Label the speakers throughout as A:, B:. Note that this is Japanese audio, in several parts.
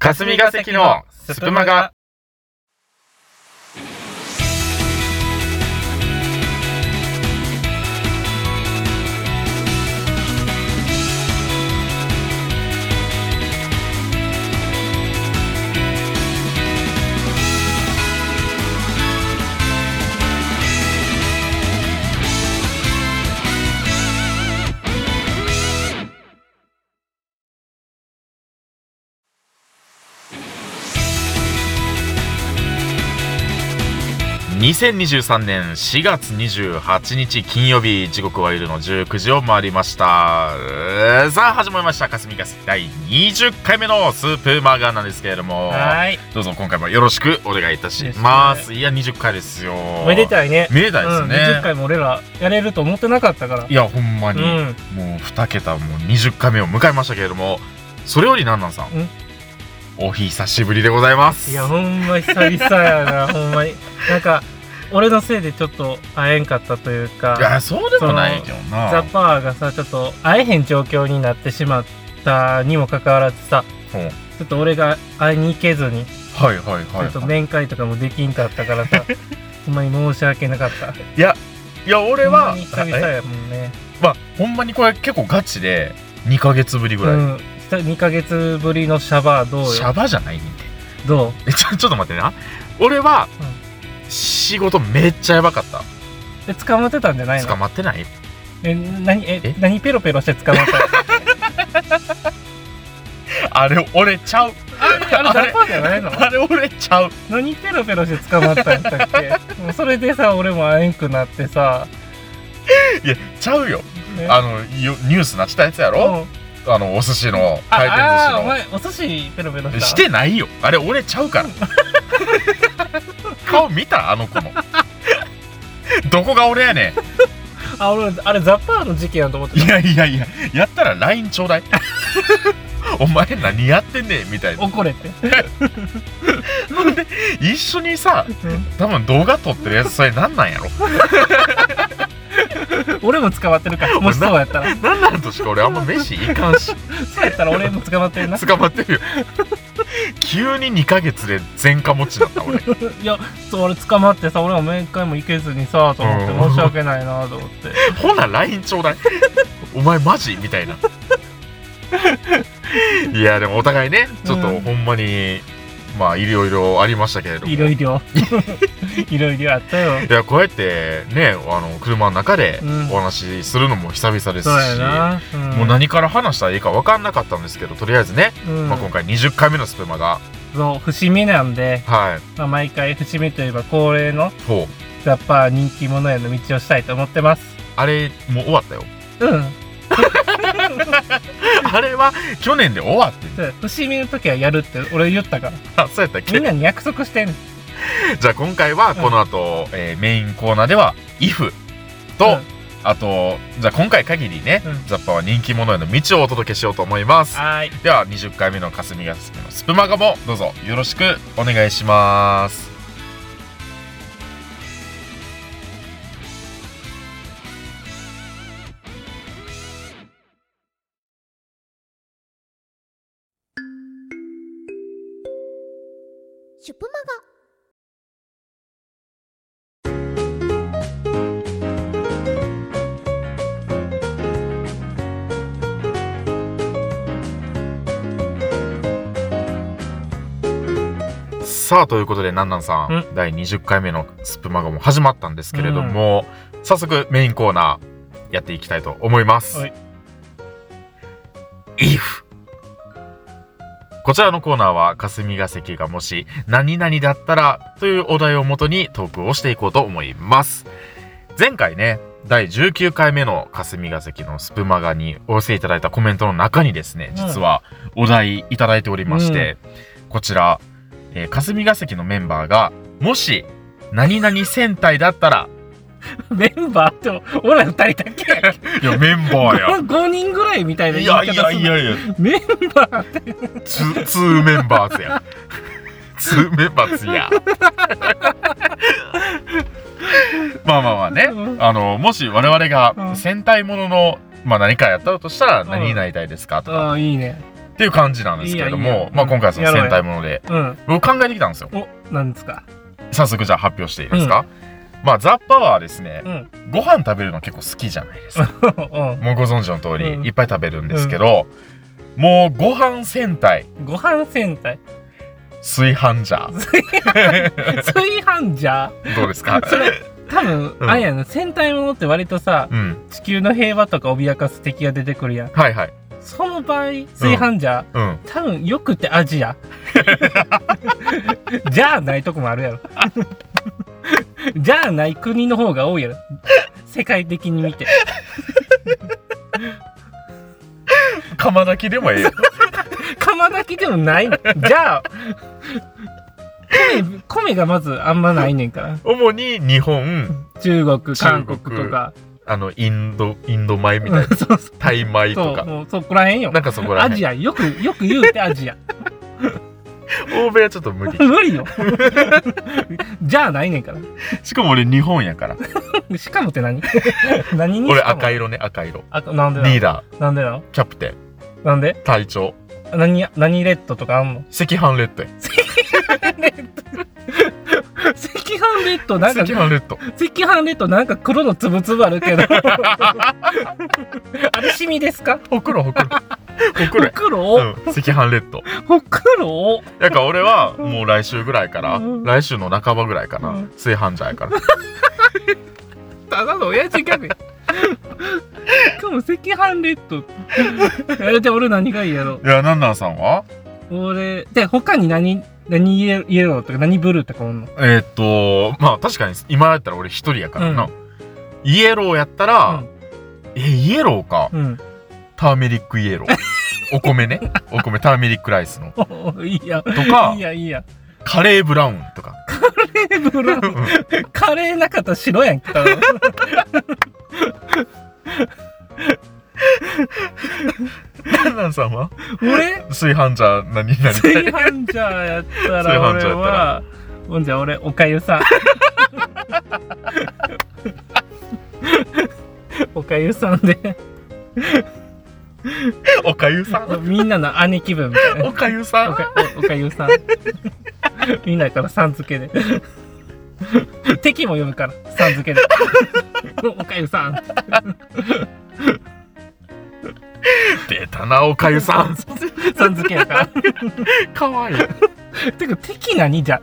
A: 霞が関のスプマガ。2023年4月28日金曜日時刻は夜の19時を回りましたえーさあ始まりました霞が関第20回目のスープマガなんですけれども
B: はい。
A: どうぞ今回もよろしくお願いいたしますいや20回ですよ
B: おめでたいね。
A: めでたいですね、
B: うん、20回も俺らやれると思ってなかったから。
A: いやほんまに、
B: うん。
A: もう2桁もう20回目を迎えましたけれどもそれよりなんなんさん
B: ん
A: お久しぶりでございます
B: いや、ほんま久々や な、ほんまに。なんか、俺のせいでちょっと会えんかったという
A: いや
B: か、
A: そうでもないけどな
B: ザ・パワーがさ、ちょっと会えへん状況になってしまったにもかかわらずさ、
A: うん
B: ちょっと俺が会いに行けずに、ち
A: はいはいはい、
B: ょ
A: は
B: っと
A: い、
B: 面会とかもできんかったから さ、ほんまに申し訳なかった。こ
A: いやいや俺は
B: 久々やもんね。
A: まあ、ほんまにこれ結構ガチで2ヶ月ぶりぐ
B: う
A: らい、
B: ん。2ヶ月ぶりのシャバーどう
A: シ
B: よ
A: ャバじゃないねんて
B: どう
A: えちょちょっと待ってな俺は仕事めっちゃやばかった
B: え捕まってたんじゃないの
A: 捕まってない
B: え、何、え、
A: え
B: 何ペロペロして捕 まったの
A: あれ俺ちゃう
B: あれ、ダパーじゃないの
A: あれ俺ちゃう
B: 何ペロペロして捕まったんだっけもうそれでさ、俺も会えんくなってさ、
A: いやちゃうよ
B: ね
A: あのよニュースなってたやつやろ、
B: うん
A: あのお寿司の
B: あ
A: 回
B: あー、お
A: 転寿
B: 前、お寿司ペロペロ
A: 司
B: し
A: の
B: た
A: してないよあれ俺ちゃうから 顔見たあの子のどこが俺やねん
B: あ、俺、あれ、ザッパーの事件やと思って
A: い
B: た。
A: やいやいや、やったら LINE ちょうだい。 お前何やってんねんみた いな。
B: 怒れって。
A: 一緒にさ、
B: うん
A: 多分動画撮ってるやつ、それなんなんやろ。
B: 俺も捕まって るから、もしそうやったら。
A: なんなんとしか俺あんま飯いかん し、
B: そうやったら俺も捕まってる な。
A: 捕まってるよ。急に2ヶ月で前科持ちだった俺。
B: いや、そう、俺捕まってさ、俺も面会も行けずにさ、と思って、
A: うん
B: 申し訳ないなと思って。
A: ほな LINE ちょうだい。お前マジみたいな。いや、でもお互いね、ちょっ
B: う
A: と
B: ん
A: ほんまに、まあいろいろありましたけれども。
B: いろい ろ。いろいろあったよ。
A: いやこうやってねあの車の中で
B: うん
A: お話しするのも久々ですし、
B: そうやな。ん
A: もう何から話したらいいか分かんなかったんですけどとりあえずね、
B: うん
A: まあ、今回20回目のスプマが
B: そう、節目なんで、
A: はい
B: まあ、毎回節目といえば恒例の
A: ほう
B: ザッパー人気者への道をしたいと思ってます。
A: あれもう終わったよ
B: うん。
A: あれは去年で終わって
B: そう節目の時はやるって俺言ったから。
A: あ そうやったっ
B: み
A: け
B: んなに約束してんの
A: じゃあ今回はこの後、えーメインコーナーでは「IF」と、
B: うん
A: あとじゃあ今回限りね、
B: うん
A: ザッパは人気者への道をお届けしようと思います
B: はーい。
A: では20回目の霞が関のスプマガもどうぞよろしくお願いします
C: シュプマ
A: さあということでなんなんさん、
B: うん
A: 第20回目のスプマガも始まったんですけれども、早速メインコーナーやっていきたいと思います、
B: はい
A: IF こちらのコーナーは霞が関がもし何々だったらというお題をもとにトークをしていこうと思います前回ね第19回目の霞が関のスプマガにお寄せいただいたコメントの中にですね実はお題いただいておりまして、こちら、えー霞が関のメンバーがもし何々戦隊だったら
B: メンバーって俺ら二人だけやん
A: いやメンバーや
B: 5人ぐらいみたいない言い
A: や
B: 方
A: い
B: する
A: やいやいや
B: メンバーって
A: ツツーメンバーズ やツーメンバーズやまあまあまあね、
B: うん
A: あのもし我々
B: う
A: が
B: ん
A: 戦隊ものの、まあ、何かやったとしたら
B: ん
A: 何になりたいですかとか、
B: ああいいね
A: っていう感じなんですけれども
B: いいやいいや
A: まあ、今回はその
B: やろう
A: 戦
B: や
A: 隊もので
B: うん。
A: 僕考えてきたんですよ
B: お、なんですか。
A: 早速じゃあ発表していいですか、まあザ・パワーはですね
B: うん。
A: ご飯食べるの結構好きじゃないです かもうご存知の通り、
B: うん
A: いっぱい食べるんですけど、もうご飯戦隊
B: うん。ご飯 戦隊。
A: 炊飯ジャー
B: 炊飯ジャー。
A: どうですか
B: それ多分、
A: うん
B: あれやな戦隊ものって割とさ
A: うん
B: 地球の平和とか脅かす敵が出てくるやん
A: はいはい
B: その場合炊飯ジャー、
A: うん
B: 多分よくてアジア じゃあないとこもあるやろ じゃあない国の方が多いやろ世界的に見て
A: 釜炊きでも ええよ
B: 釜炊きでもないのじゃあ米米がまずあんまないねんから
A: 主に日本
B: 中国韓国
A: 中国
B: とか
A: あのインドインド米みたいな
B: そうそう
A: タイ米
B: そ
A: と
B: う
A: か
B: もうそこらへんよ
A: なんかそこら
B: アジ
A: 辺
B: アよくよく言うてアジア
A: 欧米はちょっと無 理
B: 無 理よじゃあないねんから
A: しかも俺日本やから
B: しかもって何 何に
A: 俺赤
B: い
A: 色ね赤色
B: あなんでだ
A: リーダ
B: なんでなの
A: ーキャプテン
B: なんで
A: 隊長
B: 何何レッドとかあんの
A: 赤飯レッドや
B: 赤飯レッドなん
A: 赤
B: か
A: 飯
B: 赤
A: レッド
B: 飯レッドなんか黒のつぶつぶあるけど あれシミですか
A: ほくろほく ろほく
B: ほ
A: ろや
B: くろ
A: う
B: を
A: ん、赤飯レッド
B: ほくろを
A: だから俺はもう来週ぐらいから、
B: うん
A: 来週の半ばぐらいかな、
B: うん
A: 炊飯ジャーやから
B: ただの親父ギャグや しかも赤飯レッドえで俺何がいいやろ
A: いやなんなんさんは
B: 俺で他に何何イエイエローとか何ブルーとかおんの
A: えーっとまあ確かに今やったら俺一人やからな、
B: う
A: イエローやった
B: う
A: ら、
B: ん
A: えイエローか、
B: うん
A: ターメリックイエローお米ねお米ターメリックライスの
B: おおいいや
A: とか
B: いいやいいや
A: カレーブラウンとか
B: えブラウン
A: うん
B: カレーなかったら白やんけ多分
A: なんなんさんは
B: 俺
A: 炊飯ジャー何々
B: 炊飯ジャーやった
A: 炊
B: ら
A: 飯ジャーや
B: 俺
A: ったら
B: はほんじゃ俺おかゆさんおかゆさんで
A: おかゆさん
B: みんなの姉気分みたいな
A: おかゆさ
B: お
A: ん
B: かおおかゆさんみんなからさん付けで敵も読むからさん付けでおかゆさん
A: 出たなおかゆさん
B: さん付けやから
A: かわいい
B: てか敵何じゃ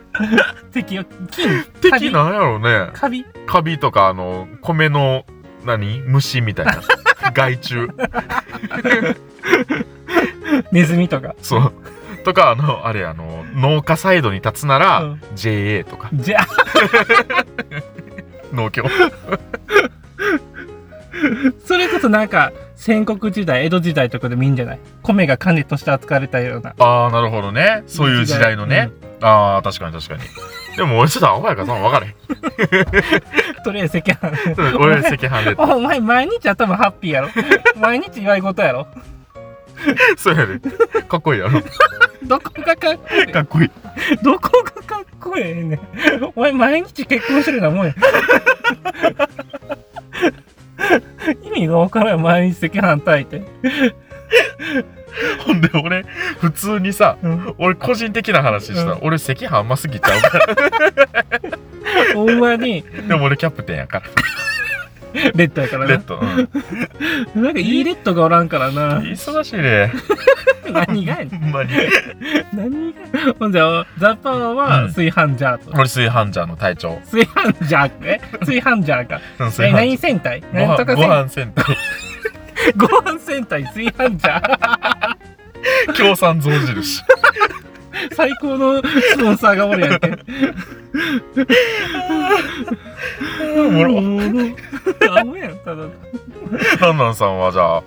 B: 敵よ金カビ
A: 敵なんやろね
B: カビ
A: カビとかあの米の何虫みたい な害虫
B: ネズミとか
A: そうとかあのあれあの農家サイドに立つなら、
B: うん
A: JA とか
B: じゃあ
A: 農協
B: それこそなんか戦国時代江戸時代とかでもいいんじゃない米が金として扱われたような
A: ああなるほどねそういう時代のね、ああ確かに確かにでも俺ちょっと青やからそんな分からへん
B: とりあえず赤 飯
A: 俺赤飯レッド
B: お前毎日頭ハッピーやろ毎日祝い事やろ
A: そうやでかっこいいやろ
B: どこがかっこいい
A: かっこいい
B: どこがかっこええねん。お前毎日結婚してるなもんや。意味がわからん毎日赤飯炊いて。
A: ほんで俺普通にさ
B: うん
A: 俺個人的な話したら、
B: う
A: 俺赤飯甘すぎちゃうから
B: ほんまに
A: でも俺キャプテンやか
B: レッドやからら
A: レ
B: な
A: ッ。ド、うん
B: なんかいいレッドがおらんからな。
A: 忙しいね
B: 何がやね
A: ほんまに
B: ん。何がほんじゃ、ザパー
A: う
B: は
A: ん
B: 炊飯ジャーと。
A: 俺炊飯ジャーの隊長
B: 炊飯ジャーえ炊飯ジャーか。
A: 炊
B: え、
A: 飯
B: 何戦隊
A: ご
B: 何
A: 飯
B: とか
A: ご
B: 戦隊
A: 飯戦隊
B: ご飯戦隊炊飯ジャー
A: 共産象印
B: 最高のスポンサーがおるやんけ。
A: おもろ
B: アホやん、ただの。
A: なんなんさんはじゃあ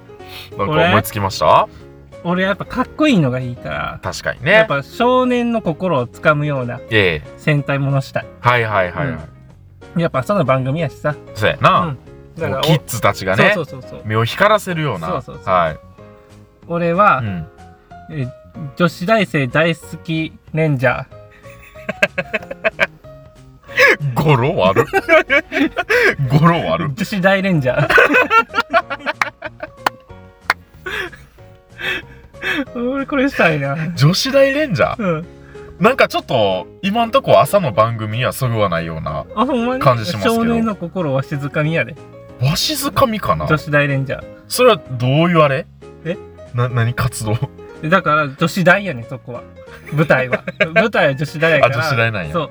A: なんか
B: 俺
A: 思いつきました
B: 俺やっぱかっこいいのがいいから、
A: 確かに
B: やっ
A: ね
B: ぱ少年の心をつかむような
A: ええ
B: 戦隊ものしたい
A: はいはいはいはい、
B: やっぱ朝の番組やしさ
A: そうやな、
B: だから
A: もうキッズたちがね
B: そうそうそうそう
A: 目を光らせるような
B: そうそうそう
A: はい、
B: 俺は、
A: うん、
B: え女子大生大好き忍者
A: 語呂悪い語呂悪い
B: 女子大レンジャー 俺これしたいな。
A: 女子大レンジャー
B: うん。
A: なんかちょっと今んとこ朝の番組にはそぐわないような
B: あ、ほんまに
A: 感じしますけど
B: 少年の心は静かにやで。
A: わしづかみかな
B: 女子大レンジャ
A: それはどういうあれ
B: え
A: な何活動
B: ー。だから女子大やねん、そこは。舞 台は。舞台は女子大やから。
A: あ女子大なんや
B: そう。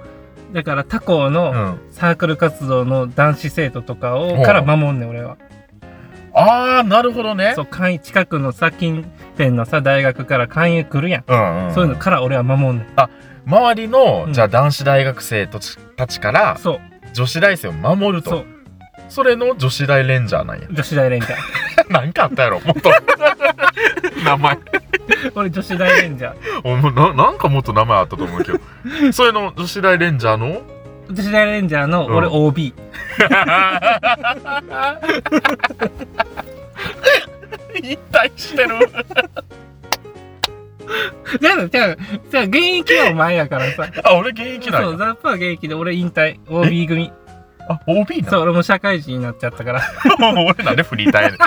B: だから他校の、
A: うん
B: サークル活動の男子生徒とか
A: ほ
B: を
A: う
B: から守んねん俺は
A: ああなるほどね
B: そう簡易近くのさ近辺のさ大学から勧誘来るやん、
A: うんうん、
B: そういうのから俺は守んねん
A: 周りの、
B: うん
A: じゃあ男子大学生たちたちから
B: そう
A: 女子大生を守るとそ
B: そ
A: うれの女子大レンジャーなんや
B: 女子大レンジャー
A: なんかあったやろもっ と名前
B: 俺女子大レンジャー
A: おもうななんかもっと名前あったと思うけどそれの女子大レンジャーの
B: 女子大レンジャーの俺
A: うん
B: OB、
A: 引退してる
B: じゃあじゃあじゃあ現役はお前やからさ
A: あ俺現役な
B: そ
A: ん
B: う
A: や
B: ザッパは現役で俺引退 OB 組
A: あ OB な
B: そ
A: の
B: う俺も社会人になっちゃったから
A: 俺なんでフリーターやねん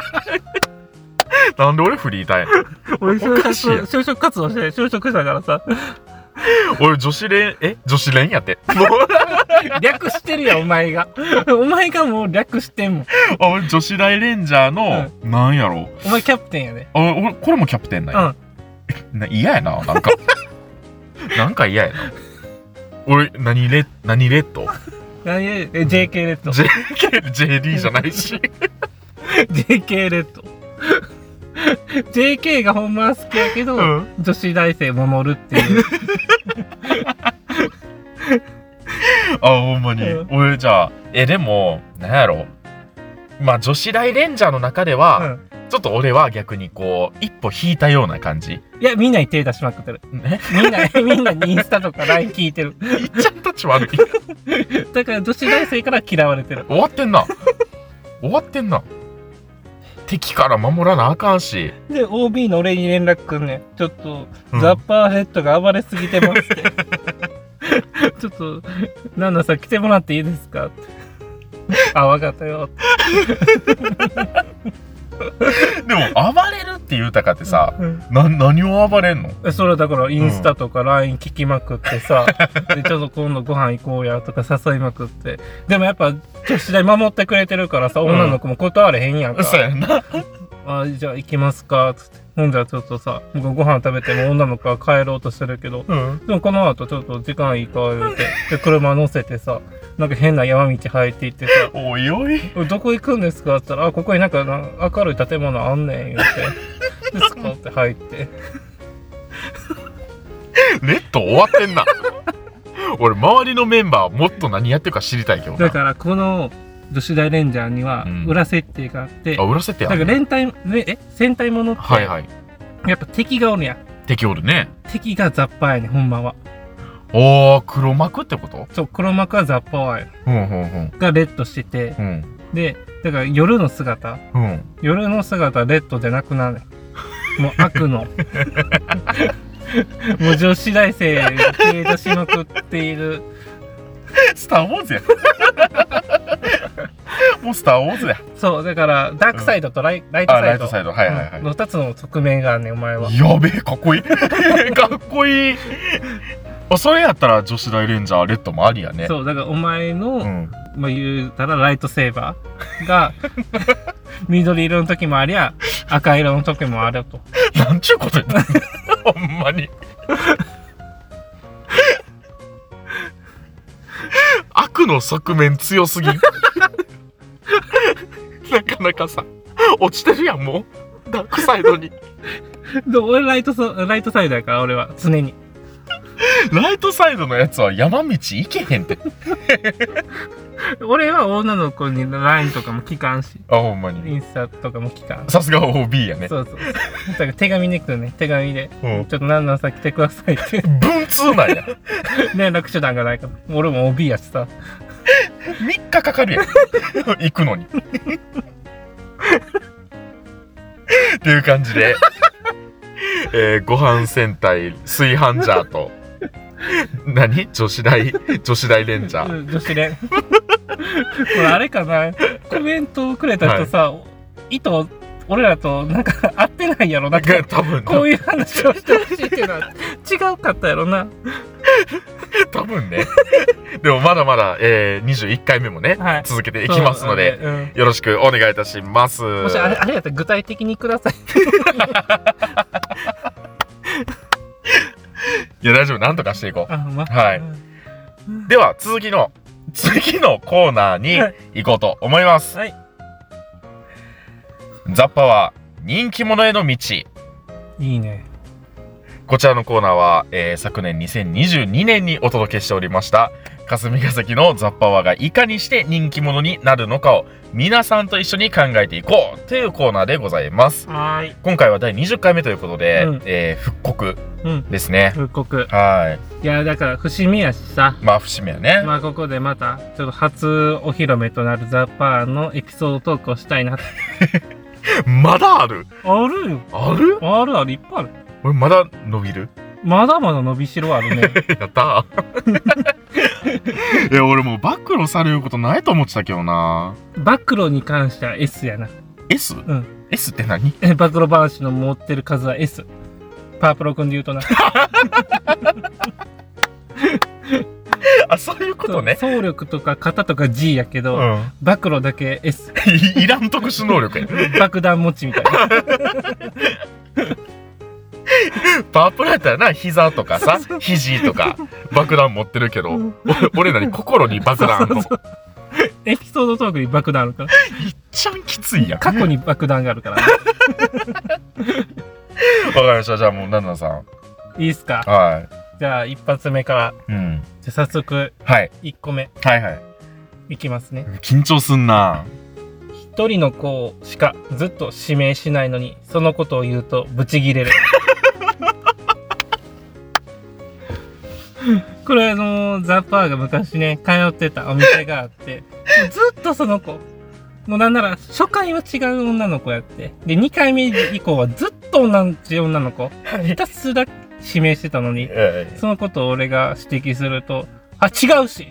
A: なんで俺フリーターやねん
B: 俺
A: おかしいやん
B: 就職活動して就職したからさ
A: 俺女子連え女子連やってもう
B: 略してるやんお前が お前がもう略してんもん
A: あ俺女子大レンジャーの、なんやろ
B: お前キャプテンやで
A: あ俺これもキャプテンなんや、な嫌やななんか なんか嫌やな俺何レ何レッ ド
B: 何え JK レッド
A: JKJD じゃない し
B: JK レッド JK がほんまは好きやけど、
A: うん
B: 女子大生守るっていう
A: あほんまに、
B: うん
A: 俺じゃあえでもなんやろまあ女子大レンジャーの中では、ちょっと俺は逆にこう一歩引いたような感じ
B: うんいやみんなに手出しまくってる
A: ね
B: みんなみんなにインスタとか LINE 聞いてる
A: 言っちゃったち悪い
B: だから女子大生から嫌われてる
A: 終わってんな終わってんな敵から守らなあかんし、
B: で OB の俺に連絡くんねんちょっと、
A: うん
B: ザッパーヘッドが暴れすぎてますって ちょっとナナさん来てもらっていいですかってあわかったよ
A: でも暴れるって言うたかってさ、
B: うん
A: な何を暴れんの
B: えそれはだからインスタとか LINE 聞きまくっ てさ、でちょっと今度ご飯行こうやとか誘いまくってでもやっぱ女子大守ってくれてるからさ
A: ん
B: 女の子も断れへんやんか、
A: そうやんな
B: あじゃあ行きますかっつってほんじゃちょっとさ僕ご飯食べても女の子は帰ろうとしてるけど
A: うん
B: でもこの後ちょっと時間いいか言うてで車乗せてさなんか変な山道入っていってさ
A: おいおい
B: 「どこ行くんですか?」って言ったら「あここになんかな明るい建物あんねん」言うてでスコーって入って。
A: レッド終わってんな俺周りのメンバーもっと何やってるか知りたいけど
B: だ
A: な
B: からこの女子大レンジャーには
A: うん
B: 裏設定があって、
A: あ売らせて
B: だ
A: や
B: か
A: ん
B: ら連帯ねえ戦隊ものって
A: はいはい
B: やっぱ敵がおるやん
A: 敵おるね
B: 敵がザッパーやねんほんまは
A: おー黒幕ってこと
B: そう黒幕はザッパーや
A: うんうん
B: がレッドしてて
A: うんうん
B: でだから夜の姿
A: うん
B: 夜の姿はレッドじゃなくなるねんもう 悪のもう女子大生手出しまくっている
A: スター・ウォーズや もうスター・ウォーズや
B: そうだからダークサイドとライ,、ライト
A: あ
B: サ
A: ラ
B: イ
A: イト
B: ド
A: サイドはいはいはい
B: の2つの側面があんねんお前は
A: やべえかっ こいいかっこいいあそれやったら女子大レンジャーレッドもありやね
B: そうだからお前の、
A: うん
B: まあ、言うたらライトセーバー が緑色の時もありゃ赤色の時もあると
A: なんちゅうこと言ったのほんまに悪の側面強す ぎんなかなかさ落ちてるやんもうダークサイドに
B: で俺ライトソライトサイドやから俺は常に
A: ライトサイドのやつは山道行けへんって
B: 俺は女の子に LINE とかも聞かんし
A: あほんま
B: イ
A: に
B: ンスタとかも聞かん
A: さすが OB やね
B: そうそうだから手紙で来るね手紙で「
A: うん
B: ちょっと何のさ来てください」って
A: 文通なんや
B: 連絡手段がないから俺も OB やしさ
A: 3日かかるやん 行くのにっていう感じで、えー、ご飯戦隊炊飯ジャーと何女子大女子大レンジャー
B: うん女子連これあれかなコメントをくれた人さ、意図俺らとなんか合っってないやろだ
A: だ
B: っ
A: か
B: て
A: ら多分
B: こ
A: な
B: ういう話をしてほしいっていうのは違うかったやろな
A: 多分ねでもまだまだ、えー、21回目もね、
B: はい
A: 続けていきますので、
B: そううん
A: よろしくお願いいたします
B: もしあれあれやったら具体的にください
A: いや大丈夫なんとかしていこ
B: あ、ま
A: はい
B: うん
A: うでは続きの次のコーナーに
B: はい
A: 行こうと思います、
B: はい
A: 雑把は人気者への道
B: いいね
A: こちらのコーナーは、えー昨年2022年にお届けしておりました霞ヶ関のザッパワーがいかにして人気者になるのかを皆さんと一緒に考えていこうというコーナーでございます
B: はーい
A: 今回は第20回目ということで、
B: うん
A: えー復刻
B: うん
A: ですね
B: 復刻
A: はい
B: いやだから伏見やしさ
A: まあ節目やね、
B: まあここでまたちょっと初お披露目となるザ・パーのエピソードトークをしたいな
A: まだある
B: あるよ
A: ある
B: あるあるいっぱいある
A: 俺まだ伸びる
B: まだまだ伸びしろあるね
A: やったー いや俺もう暴露されることないと思ってたけどな
B: 暴露に関しては S やな
A: S?、
B: ん
A: S って何
B: え暴露話の持ってる数は S パープロ君で言うとな
A: あそういうことね
B: そう総力とか型とか G やけど、
A: うん
B: 暴露だけ S
A: いいらん特殊能力や。
B: 爆弾持ちみたい な
A: パワープロやったらな、膝とかさ、肘とか、爆弾持ってるけど、
B: うん
A: お俺らに心に爆弾
B: そう
A: の。
B: そうそうエピソードトークに爆弾あるから
A: いっちゃんきついやん。わか
B: 過去に爆弾があるから、
A: りました。じゃあもう、ナナさん。
B: いいっすか
A: は
B: じゃあ一発目か
A: い。う
B: ら
A: ん。
B: じゃあ早速
A: はい。
B: 1個目
A: はいはい。
B: いきますね
A: 緊張すんな。
B: 一人の子しかずっと指名しないのにそのことを言うとブチギレる これあのーザ・パーが昔ね通ってたお店があってもうずっとその子もうなんなら初回は違う女の子やってで2回目以降はずっと同じ女の子ひたすら指名してたのに
A: え
B: そのことを俺が指摘すると、あ、違うし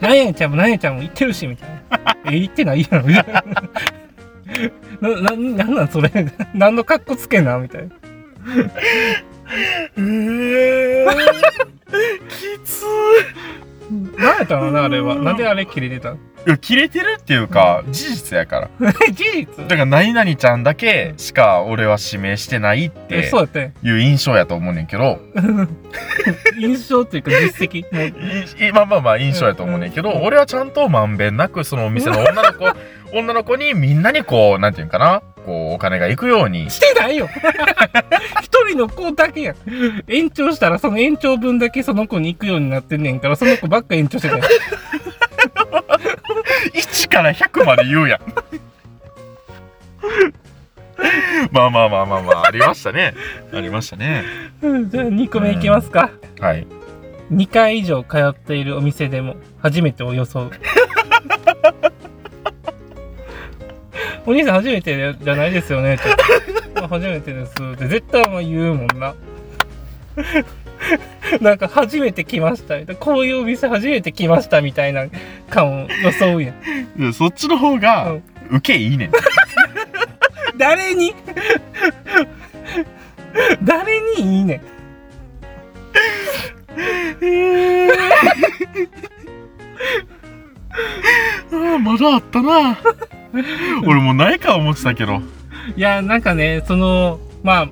B: 何やねんちゃんも何やねんちゃんも言ってるしみたいな。 え、言ってないやろみたいな。 な、な、なんなんそれ 何の格好つけんなみたいな。
A: えー。 きつ
B: 何やったのな、あれは。なんであれ切れてたの
A: いや、切れてるっていうか、事実やから。
B: 事実
A: だから、何々ちゃんだけしか俺は指名してないっ
B: え、
A: て
B: そうやって。
A: いう印象やと思うねんけど、
B: 印象っていうか実績。もう
A: いまあまあまあ印象やと思うねんけど、
B: うん
A: 俺はちゃんとまんべんなくそのお店の女の子女の子にみんなにこうなんていうんかなこうお金が行くように
B: してないよ 一人の子だけやん。延長したらその延長分だけその子に行くようになってんねんから、その子ばっか延長してたよ。
A: 1から100まで言う やんまあまあまあまあまあありましたねありましたね
B: うんじゃあ2個目いきますか。
A: はい
B: 2回以上通っているお店でも初めてを装う お兄さん初めてじゃないですよねってあ初めてですって絶対お前言うもんな なんか初めて来ましたみたいなこういうお店初めて来ましたみたいな感を装うやん
A: でそっちの方が
B: うん
A: ウケいいねん
B: 誰に 誰にいいねん
A: ああまだあった な俺もうないか思ってたけど、
B: いやなんかねそのまあ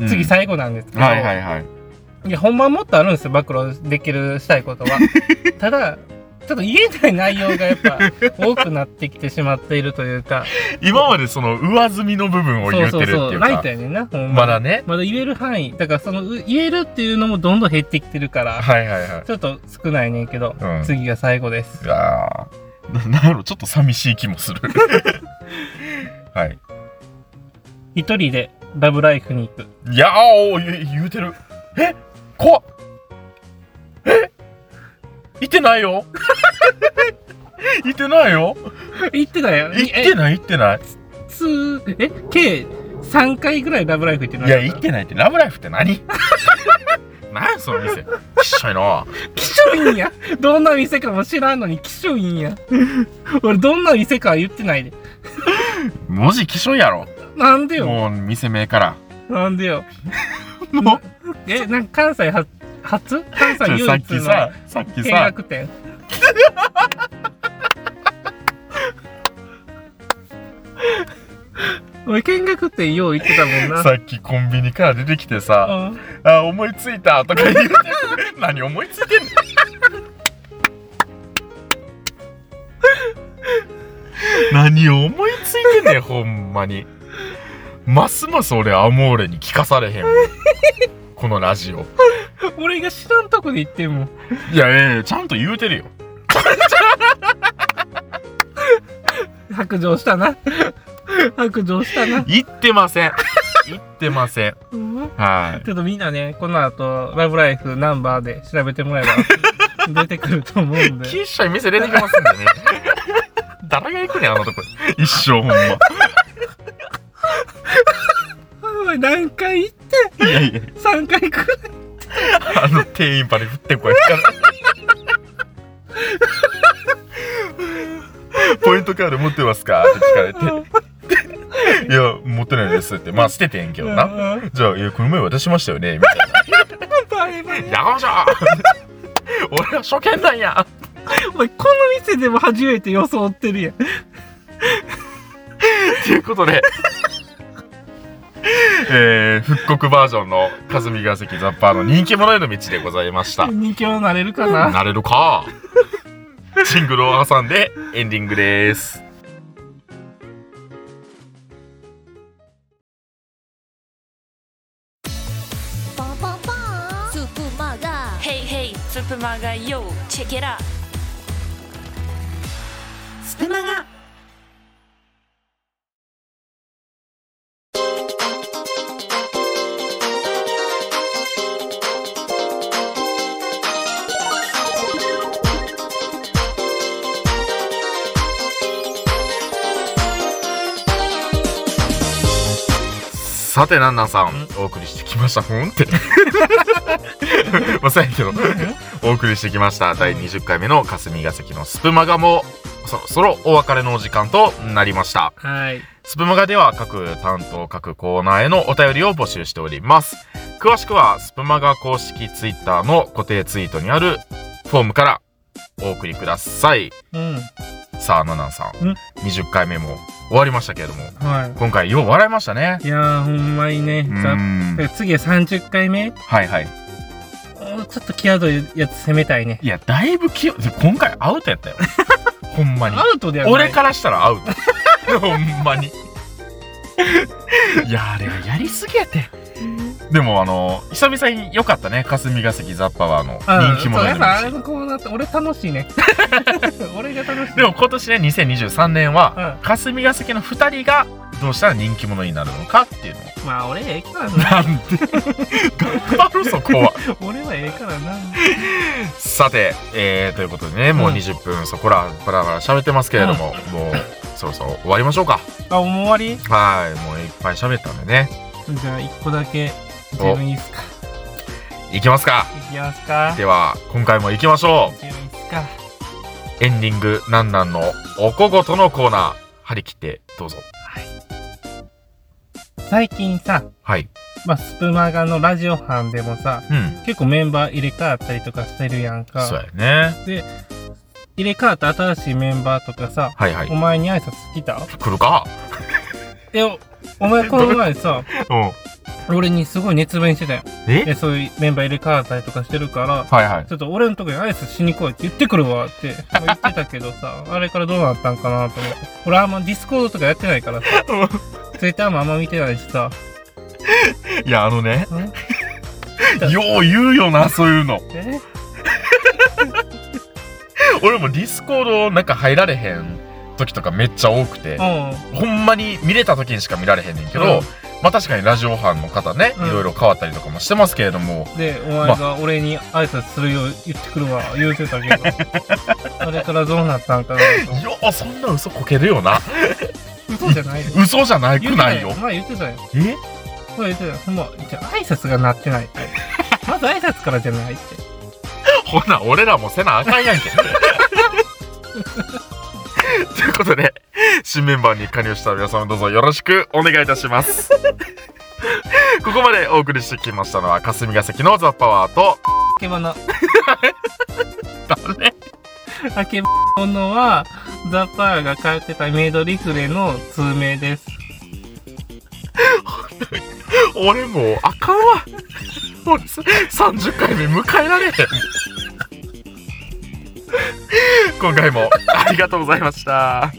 A: うん
B: 次最後なんですけど、
A: はいはいはい
B: いや、ほんまはもっとあるんですよ、暴露できる、したいこと は。ただ、ちょっと言えない内容がやっぱ多くなってきてしまっているというか、
A: 今までその上積みの部分を言ってるっていうか
B: ライトやねんな、ほん
A: まだね
B: まだ言える範囲。だからその、う言えるっていうのもどんどん減ってきてるから、
A: はいはいはい
B: ちょっと少ないねんけど、
A: うん
B: 次が最後です。
A: いやーな なんやろちょっと寂しい気もする はい
B: 一人でラブライフに行く。
A: いやーおー言言うてるえ怖っえいてないよ いてないよ
B: 行ってたよ。
A: いって
B: い
A: ないいってない
B: つえ、計3回ぐらいラブライフ行ってない
A: いやいってないってラブライフって何 何やその 店きっしょいな
B: キショインやどんな店かも知らんのにキショインや俺どんな店かは言ってないで
A: 文字きっしょいやろ
B: なんでよ
A: もう店名 から
B: なんでよ
A: もう
B: えなんか関西は初関西唯
A: さっ
B: 一
A: き
B: の
A: ささっき
B: 見
A: さ
B: 学店 俺見学店よう行ってたもんな
A: さっきコンビニから出てきてさ、
B: うん
A: あ思いついたとか言うて 何思いついてんの 何を思いついてんねんほんまにますます俺アモーレに聞かされ へんわこのラジオ
B: 俺が知らんとこで行ってんもん
A: いやいやいやちゃんと言うてるよ
B: 白状したな白状したな、
A: 言ってません言ってません
B: うん
A: はい
B: ちょっとみんなねこの後ラブライフナンバーで調べてもらえ ば出てくると思うんで
A: 喫茶に店出てきますんでね 誰が行くねんあのとこ一生ほんま
B: おい何回行って
A: いやいや
B: 3回くらい
A: あの店員パに振って こいポイントカード持ってますかって聞かれて「いや持ってないです」ってまあ捨ててんけどな
B: うん
A: じゃあいやこの前渡しましたよねみたいな
B: バレ
A: 「
B: バレ
A: やかましょう 俺は初見なんや
B: お前この店でも初めて装ってるやん」
A: ということでえー、復刻バージョンの霞ヶ関ザッパーの人気者への道でございました
B: 人気者なれるかな、
A: なれるかシングルを挟んでエンディングです
C: パンパンパーンスープマーガー
D: Hey hey, スープマガイ yo, check it out.
C: スプマガ
A: さてなんなんさんお送りしてきましたふんって まあそうやけどお送りしてきました第20回目の霞ヶ関のスプマガもそろそろお別れのお時間となりました
B: はい
A: スプマガでは各担当各コーナーへのお便りを募集しております詳しくはスプマガ公式ツイッターの固定ツイートにあるフォームからお送りください
B: うん
A: さあナナンさん
B: ん
A: 20回目も終わりましたけれども
B: は
A: 今回よう笑いましたね
B: いいやーほんまにね
A: うー
B: ザ
A: ん
B: 次は30回目
A: はいはい
B: もうちょっと際どいやつ攻めたいね
A: いやだいぶ気を今回アウトや ったよほんまに
B: アウトではない
A: 俺からしたらアウト ほんまにいやあれはやりすぎやてでもあの久々に良かったね霞ヶ関ザッパワーの
B: うん
A: 人気者
B: そうや
A: や
B: っぱあれ
A: の
B: のコーナーって俺楽しい ね俺が楽しい
A: でも今年ね2023年は
B: う
A: 霞ヶ関の2人がどうしたら人気者になるのかっていうのを
B: まあ俺ええか らな
A: なんで頑張るそこは
B: 俺はええからな
A: さて、えー、ということでねもううん20分そこらバラバラ喋ってますけれども、もうそろそろ終わりましょうか
B: あもう終わり
A: はいもういっぱい喋ったんでね
B: じゃあ1個だけ自分いいっすか
A: いきますか
B: いきますか
A: では今回も行きましょ
B: 自分いいっすか
A: うエンディングなんなんのおこごとのコーナー張り切ってどうぞ
B: 最近さ
A: はい
B: まあ、スプマガのラジオ班でもさ、
A: うん
B: 結構メンバー入れ替わったりとかしてるやんか。
A: そうやね
B: で、入れ替わった新しいメンバーとかさ、
A: はいはい
B: お前に挨拶来た
A: 来るか
B: え、おお前この前 さ、
A: う
B: 俺にすごい熱弁してたよ。
A: んえ
B: え、そういうメンバー入れ替わったりとかしてるから、
A: はいはい
B: ちょっと俺のとこに挨拶しに来いって言ってくるわってまあ言ってたけどさ、 あれからどうなったんかなと思って。俺あんまディスコードとかやってないからさ、ツイッターもあんま見てないしさ、
A: いやあのね
B: ん
A: よう言うよなそういうの
B: え
A: 俺もディスコードなんか入られへん時とかめっちゃ多くて、
B: うん。
A: ほんまに見れた時にしか見られへんねんけど、
B: うん
A: まあ確かにラジオ班の方ね、
B: うん
A: いろいろ変わったりとかもしてますけれども、
B: で、お前が俺に挨拶するよう言ってくるわ、言う てたけど。あれからどうなったんかなと思って。
A: ようそんな嘘こけるよな。
B: 嘘じゃないよ。
A: 嘘じゃない
B: 言
A: く
B: うてた
A: ないよ
B: お。前言ってたよ。
A: え
B: お前言ってたよ。ほんま、じゃあ挨拶がなってないって。まず挨拶からじゃないって。
A: ほな、俺 らもせなあかんやんけ。ということで、新メンバーに加入した皆様どうぞよろしくお願いいたします ここまでお送りしてきましたのは霞が関のザ・パワーと
B: 獣。あけぼのは、ザ・パーが通ってたメイドリフレの通名です。
A: 俺もうあかんわ俺さ30回目迎えられへん今回もありがとうございました